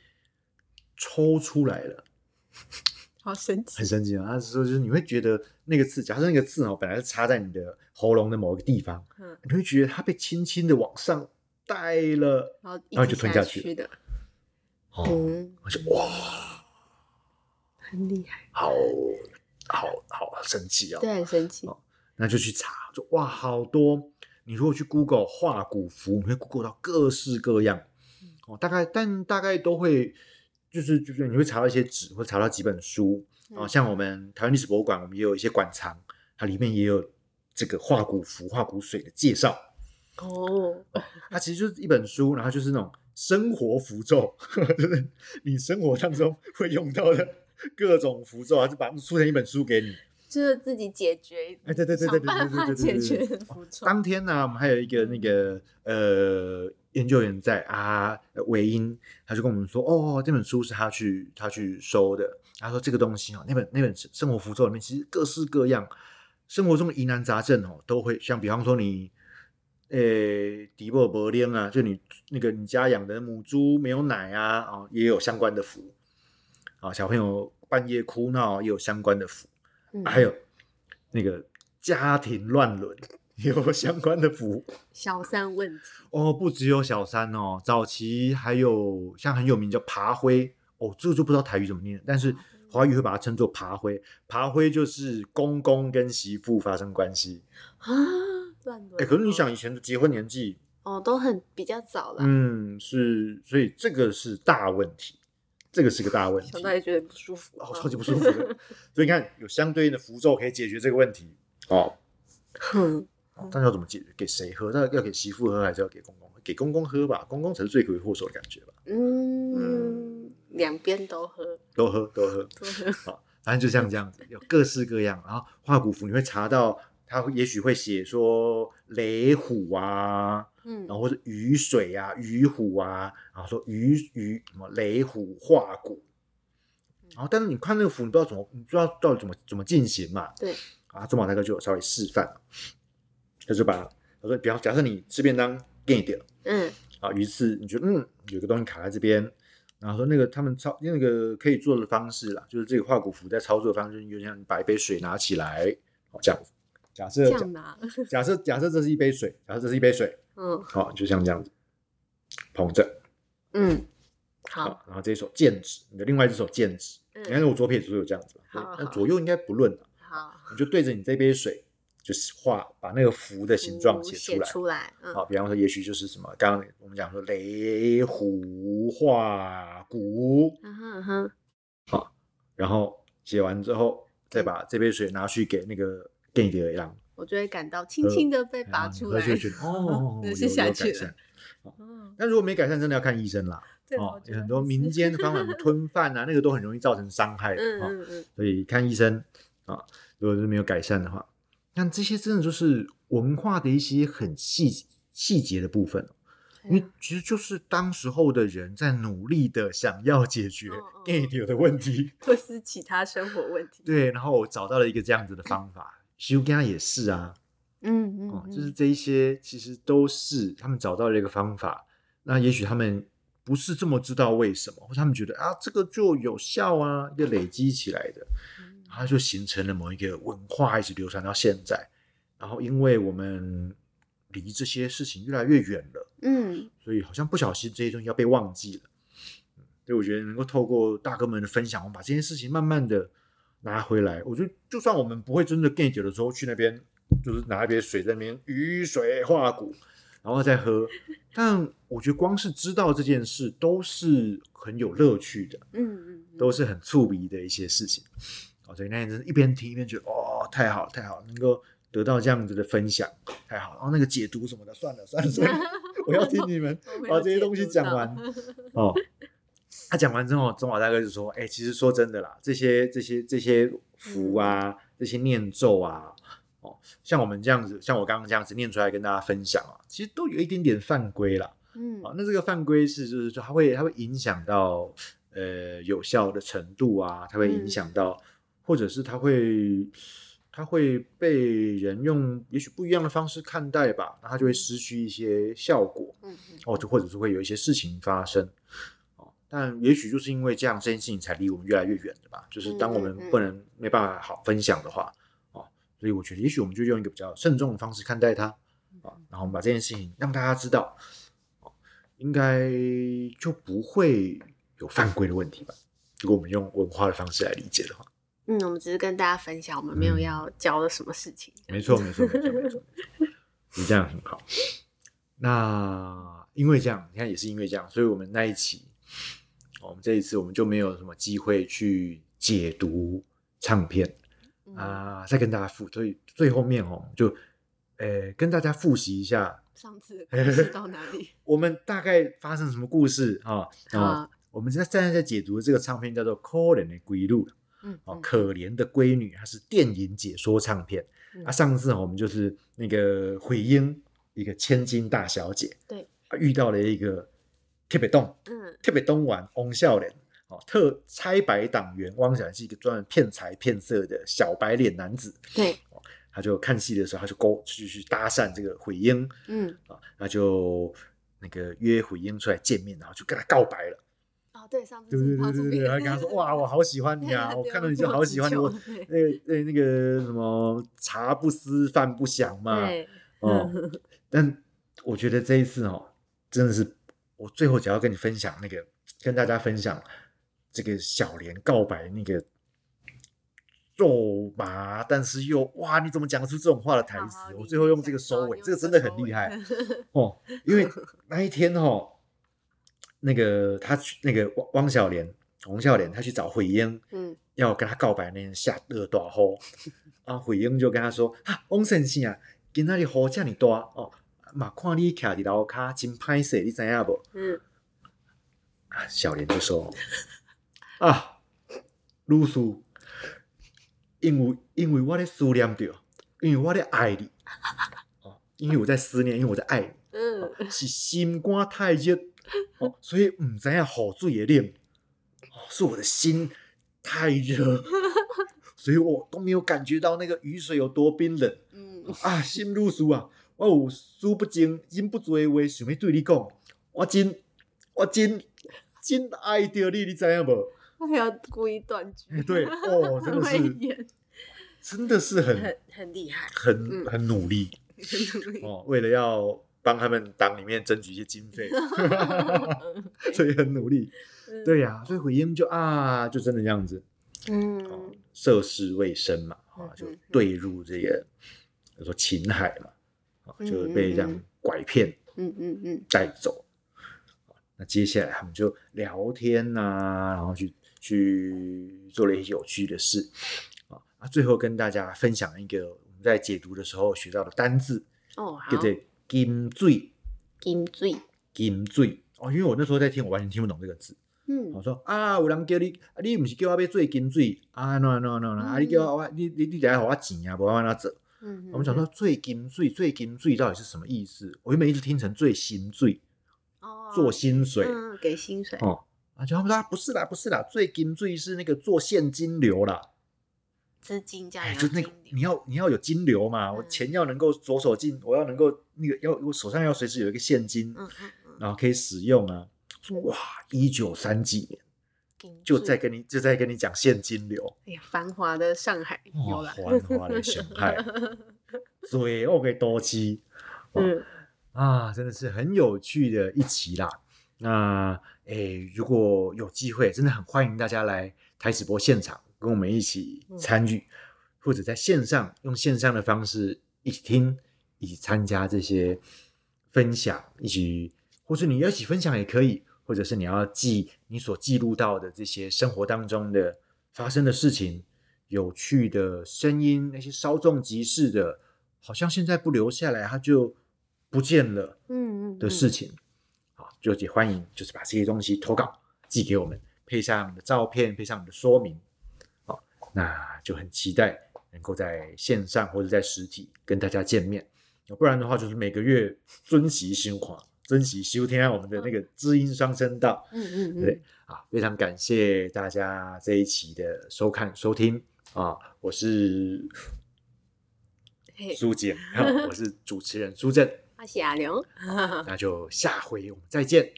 Speaker 1: 抽出来了，
Speaker 2: 好神奇
Speaker 1: 很。神奇啊！他是说，就是你会觉得那个刺，假设那个刺哦，本来是插在你的喉咙的某一个地方，
Speaker 2: 嗯，
Speaker 1: 你会觉得它被轻轻的往上带了，
Speaker 2: 然后一
Speaker 1: 然后
Speaker 2: 直
Speaker 1: 就吞
Speaker 2: 下
Speaker 1: 下去
Speaker 2: 的，
Speaker 1: 哦，
Speaker 2: 嗯，
Speaker 1: 我就哇，
Speaker 2: 很厉害，
Speaker 1: 好好好神奇哦。
Speaker 2: 对，很神奇。
Speaker 1: 哦那就去查，就哇，好多。你如果去 Google 画骨符，你会 Google 到各式各样哦，大概但大概都会就是就是你会查到一些纸，或查到几本书哦，
Speaker 2: 嗯
Speaker 1: 像我们台湾历史博物馆，我们也有一些馆藏，它里面也有这个画骨符、画骨水的介绍。
Speaker 2: 哦，
Speaker 1: 它其实就是一本书，然后就是那种生活符咒，就是你生活当中会用到的各种符咒，它就把它出成一本书给你。
Speaker 2: 就是自己解决，
Speaker 1: 哎对对对对对对
Speaker 2: 想办法
Speaker 1: 对对对
Speaker 2: 解
Speaker 1: 对
Speaker 2: 决
Speaker 1: 对
Speaker 2: 的浮肿。
Speaker 1: 当天呢、我们还有一个那个呃研究员在啊韦英，他就跟我们说，哦，这本书是他去他去收的。他说这个东西哦，那本那本生生活符咒里面其实各式各样，生活中的疑难杂症哦都会，像比方说你。呃，迪波伯林啊，就你那个你家养的母猪没有奶啊，哦，也有相关的符，啊、小朋友半夜哭闹也有相关的符，
Speaker 2: 嗯
Speaker 1: 还有那个家庭乱伦也有相关的服务
Speaker 2: 小三问题，
Speaker 1: 哦，不只有小三哦，早期还有像很有名叫爬灰哦，这个就不知道台语怎么念，但是华语会把它称作爬灰。爬灰就是公公跟媳妇发生关系，
Speaker 2: 啊，乱伦。
Speaker 1: 哎，可是你想以前的结婚年纪，
Speaker 2: 哦，都很比较早了，
Speaker 1: 嗯，是，所以这个是大问题，这个是个大问题
Speaker 2: 想。到也觉得不舒服。
Speaker 1: 哦，超级不舒服 的，所以你看有相对应的符咒可以解决这个问题哦。
Speaker 2: 哼，
Speaker 1: 但是要怎么解决？给谁喝？那要给媳妇喝还是要给公公喝？给公公喝吧，公公才是罪魁祸首的感觉吧。
Speaker 2: 嗯，两边都喝，
Speaker 1: 都喝，都喝，
Speaker 2: 都喝。
Speaker 1: 好，反正就像这样子，有各式各样。然后画骨符你会查到，他也许会写说雷虎啊，
Speaker 2: 嗯
Speaker 1: 然，后或者雨水啊、雨虎啊，然后说雨雨什么雷虎画骨。然后，但是你看那个符，你不知道怎么，你不知道到底怎么怎么进行嘛。
Speaker 2: 对，
Speaker 1: 啊，中马大哥就有稍微示范，他就把他说，比方假设你吃便当给你点，
Speaker 2: 嗯，
Speaker 1: 啊，于是你觉得嗯，有个东西卡在这边，然后说那个他们操那个可以做的方式啦，就是这个画骨符在操作的方式，就像你把一杯水拿起来，好这样子。假设
Speaker 2: 这
Speaker 1: 假
Speaker 2: 样拿，
Speaker 1: 假设假设这是一杯水，假设这是一杯水，
Speaker 2: 嗯
Speaker 1: 好、就像这样子捧着，
Speaker 2: 嗯，
Speaker 1: 好、
Speaker 2: 好，
Speaker 1: 然后这一手剑指，你的另外一只手剑指，你看
Speaker 2: 嗯，
Speaker 1: 我左撇子左右这样子
Speaker 2: 好
Speaker 1: 嘛，那
Speaker 2: 好
Speaker 1: 左右应该不论了，
Speaker 2: 好，
Speaker 1: 你就对着你这杯水，就是画把那个符的形状
Speaker 2: 嗯
Speaker 1: 写
Speaker 2: 写
Speaker 1: 出来，
Speaker 2: 出来，嗯
Speaker 1: 好，比方说，也许就是什么，刚刚我们讲说雷虎画骨，
Speaker 2: 嗯哼嗯哼，
Speaker 1: 然后写完之后，再把这杯水拿去给那个给你的羊，
Speaker 2: 我就会感到轻轻的被拔出来
Speaker 1: 然后。嗯 哎
Speaker 2: 那
Speaker 1: 你喝下去哦，有
Speaker 2: 是
Speaker 1: 有
Speaker 2: 下
Speaker 1: 改
Speaker 2: 去了
Speaker 1: 善。
Speaker 2: 嗯，
Speaker 1: 但如果没改善，真的要看医生啦。
Speaker 2: 对，
Speaker 1: 哦
Speaker 2: 我，觉
Speaker 1: 有
Speaker 2: 得
Speaker 1: 很多
Speaker 2: 还是
Speaker 1: 民间的方法，什么吞饭啊，那个都很容易造成伤害的。
Speaker 2: 嗯
Speaker 1: 哦
Speaker 2: 嗯嗯，
Speaker 1: 所以看医生啊，如果是没有改善的话，但这些真的就是文化的一些很细细节的部分哦，因
Speaker 2: 对
Speaker 1: 为
Speaker 2: 啊
Speaker 1: 其实就是当时候的人在努力的想要解决
Speaker 2: 嗯嗯
Speaker 1: gay 流的问题，
Speaker 2: 或是其他生活问题。
Speaker 1: 对，然后我找到了一个这样子的方法，修干也是啊，
Speaker 2: 嗯
Speaker 1: 哦
Speaker 2: 嗯，，
Speaker 1: 就是
Speaker 2: 嗯
Speaker 1: 这一些其实都是他们找到了一个方法，那也许他们。不是这么知道为什么，或他们觉得啊，这个就有效啊，一个累积起来的。
Speaker 2: 嗯
Speaker 1: 它就形成了某一个文化，一直流传到现在。然后，因为我们离这些事情越来越远了，
Speaker 2: 嗯，
Speaker 1: 所以好像不小心这些东西要被忘记了。嗯所以我觉得能够透过大哥们的分享，我们把这件事情慢慢的拿回来。我觉得，就算我们不会真的 get 的时候去那边，就是拿一杯水在那边雨水化骨，然后再喝。但我觉得光是知道这件事都是很有乐趣的。
Speaker 2: 嗯嗯，
Speaker 1: 都是很触鼻的一些事情。哦，所以那天真是一边听一边觉得，哦，太好了太好了，能够得到这样子的分享，太好了。然哦后那个解读什么的，算了算了 算了，我要听你们把这些东西讲完。哦， 他讲完之后，中华大哥就说，哎、其实说真的啦，这些这些这些符啊，这些念咒啊。哦，像我们这样子，像我刚刚这样子念出来跟大家分享啊，其实都有一点点犯规啦。
Speaker 2: 嗯
Speaker 1: 啊，那这个犯规是就是说它会它会影响到呃有效的程度啊，它会影响到，或者是它会它会被人用也许不一样的方式看待吧，那它就会失去一些效果
Speaker 2: 嗯嗯，
Speaker 1: 哦，就或者是会有一些事情发生。哦，但也许就是因为这样，这件事情才离我们越来越远的吧。就是当我们
Speaker 2: 嗯嗯嗯
Speaker 1: 不能没办法好分享的话，哦，所以我觉得也许我们就用一个比较慎重的方式看待它。
Speaker 2: 嗯
Speaker 1: 啊，然后我们把哦这件事情让大家知道，应该就不会有犯规的问题吧？如果我们用文化的方式来理解的话，
Speaker 2: 嗯，我们只是跟大家分享，我们没有
Speaker 1: 嗯
Speaker 2: 要教的什么事情。
Speaker 1: 没错，没错，没错，没错，你这样很好。那因为这样，你看也是因为这样，所以我们那一期，哦我们这一次我们就没有什么机会去解读唱片
Speaker 2: 嗯
Speaker 1: 啊、再跟大家复，所以最后面哦，就呃跟大家复习一下，
Speaker 2: 上 次的故事到哪里？
Speaker 1: 我们大概发生什么故事啊啊。
Speaker 2: 啊，
Speaker 1: 我们现在站在在解读这个唱片叫做《可怜的归路》
Speaker 2: 嗯，
Speaker 1: 哦，
Speaker 2: 嗯
Speaker 1: 可怜的闺女，它是电影解说唱片。
Speaker 2: 嗯
Speaker 1: 啊，上次哦我们就是那个回音，一个千金大小姐，
Speaker 2: 对
Speaker 1: 啊，遇到了一个特别动、
Speaker 2: 嗯
Speaker 1: 特别东玩翁笑脸，哦，特拆白党员汪小莲是一个专门骗财骗色的小白脸男子，
Speaker 2: 对，
Speaker 1: 他就看戏的时候，他就勾去去搭讪这个回音
Speaker 2: 嗯，
Speaker 1: 啊，他就那个约回音出来见面，然后就跟他告白了。
Speaker 2: 哦，对，上次
Speaker 1: 对对
Speaker 2: 是
Speaker 1: 对
Speaker 2: 抛出
Speaker 1: 对
Speaker 2: 别
Speaker 1: 对，
Speaker 2: 人
Speaker 1: 他跟 他说：“哇，我好喜 欢你啊！我看到你就好喜欢你。我”
Speaker 2: 对
Speaker 1: 那个哎那那个什么茶不思饭不想嘛，
Speaker 2: 对，
Speaker 1: 哦，但我觉得这一次哦，真的是我最后只要跟你分享那个，跟大家分享这个小莲告白那个肉麻，但是又哇，你怎么讲得出这种话的台词？我最哦后用这个收尾，这个真的很厉 害。哦，因为那一天哦，那个他去那个汪汪小莲、洪小莲，他去找慧英，
Speaker 2: 嗯，
Speaker 1: 要跟他告白那天下热大雨，啊，慧英就跟他说：“啊，翁先生啊，今仔日雨遮尔大哦，嘛看你徛伫楼骹真歹势，你知影无
Speaker 2: 嗯，？”
Speaker 1: 啊，小莲就说：“ 啊，女士，因为因为我咧思念着，因为我咧爱你，哦，因为我在思念，因为我在爱你。”
Speaker 2: 嗯，
Speaker 1: 是心肝太热，哦，所以唔知影雨水的冷，哦，是我的心太热，所以我都没有感觉到那个雨水有多冰冷
Speaker 2: 嗯，
Speaker 1: 啊！心如输啊，我有输不精，忍不住的话，想要对你讲，我真，我真，真爱着你，你知影无？
Speaker 2: 他还要故意 断句
Speaker 1: 哎，对，哦，
Speaker 2: 很
Speaker 1: 真的
Speaker 2: 会
Speaker 1: 是，
Speaker 2: 演，
Speaker 1: 真的是很
Speaker 2: 很很厉害，嗯
Speaker 1: 很很努力
Speaker 2: 很努力
Speaker 1: 哦，为了要帮他们党里面争取一些经费，所以很努力。
Speaker 2: 嗯
Speaker 1: 对，呀、所以回音就啊，就真的这样子， 哦
Speaker 2: 嗯，
Speaker 1: 涉世未深嘛，
Speaker 2: 嗯
Speaker 1: 啊，就
Speaker 2: 嗯
Speaker 1: 坠入这个，就说情海嘛，啊，
Speaker 2: 嗯
Speaker 1: 就被这
Speaker 2: 嗯
Speaker 1: 样
Speaker 2: 嗯
Speaker 1: 拐骗
Speaker 2: 嗯嗯嗯，
Speaker 1: 带走。哦那接下来他们就聊天呐、然后去去做了一些有趣的事啊啊，最后跟大家分享一个我们在解读的时候学到的单字，
Speaker 2: 哦，好
Speaker 1: 叫，做金醉，
Speaker 2: 金嘴，
Speaker 1: 金醉哦，因为我那时候在听，我完全听不懂这个字。我
Speaker 2: 嗯，
Speaker 1: 说啊，有人叫你，啊你毋是叫我要做金水啊？喏喏喏喏，啊，你叫我，我你你你得互我钱啊，无我安怎做？
Speaker 2: 嗯，
Speaker 1: 我们想说，最金水，最金水到底是什么意思？我原本一直听成最薪水，
Speaker 2: 哦
Speaker 1: 做薪水
Speaker 2: 嗯，给薪水，
Speaker 1: 哦。啊，就他们说、啊、不是啦，不是啦，最金水是那个做现金流啦，
Speaker 2: 资金加
Speaker 1: 哎，
Speaker 2: 油，
Speaker 1: 就那个你要你要有金流嘛，我
Speaker 2: 嗯
Speaker 1: 钱要能够左手进，我要能够那个要我手上要随时有一个现金，
Speaker 2: 嗯嗯嗯，
Speaker 1: 然后可以使用啊。哇，一九三几年
Speaker 2: 金
Speaker 1: 就
Speaker 2: 水
Speaker 1: 在跟你就在跟你讲现金流，
Speaker 2: 哎呀，繁华的上海有
Speaker 1: 哇，
Speaker 2: 啦，
Speaker 1: 繁华 的上海，罪恶的多期
Speaker 2: 嗯
Speaker 1: 啊，真的是很有趣的一期啦。那诶，如果有机会，真的很欢迎大家来台史博现场跟我们一起参与，或者在线上用线上的方式一起听，一起参加这些分享，一起，或是你要一起分享也可以，或者是你要记你所记录到的这些生活当中的发生的事情，有趣的声音，那些稍纵即逝的，好像现在不留下来，它就不见了
Speaker 2: 嗯嗯
Speaker 1: 的事，情，啊，就也欢迎就是把这些东西投稿寄给我们，配上你的照片，配上你的说明，好，那就很期待能够在线上或者在实体跟大家见面，不然的话就是每个月珍惜新华，珍惜修天我们的那个知音双声道。
Speaker 2: 嗯嗯嗯，
Speaker 1: 对，啊，非常感谢大家这一期的收看收听啊，我是
Speaker 2: 嘿
Speaker 1: 苏简， 我是主持人苏正，
Speaker 2: 我是阿良，
Speaker 1: 那就下回我们再见，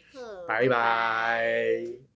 Speaker 1: 拜拜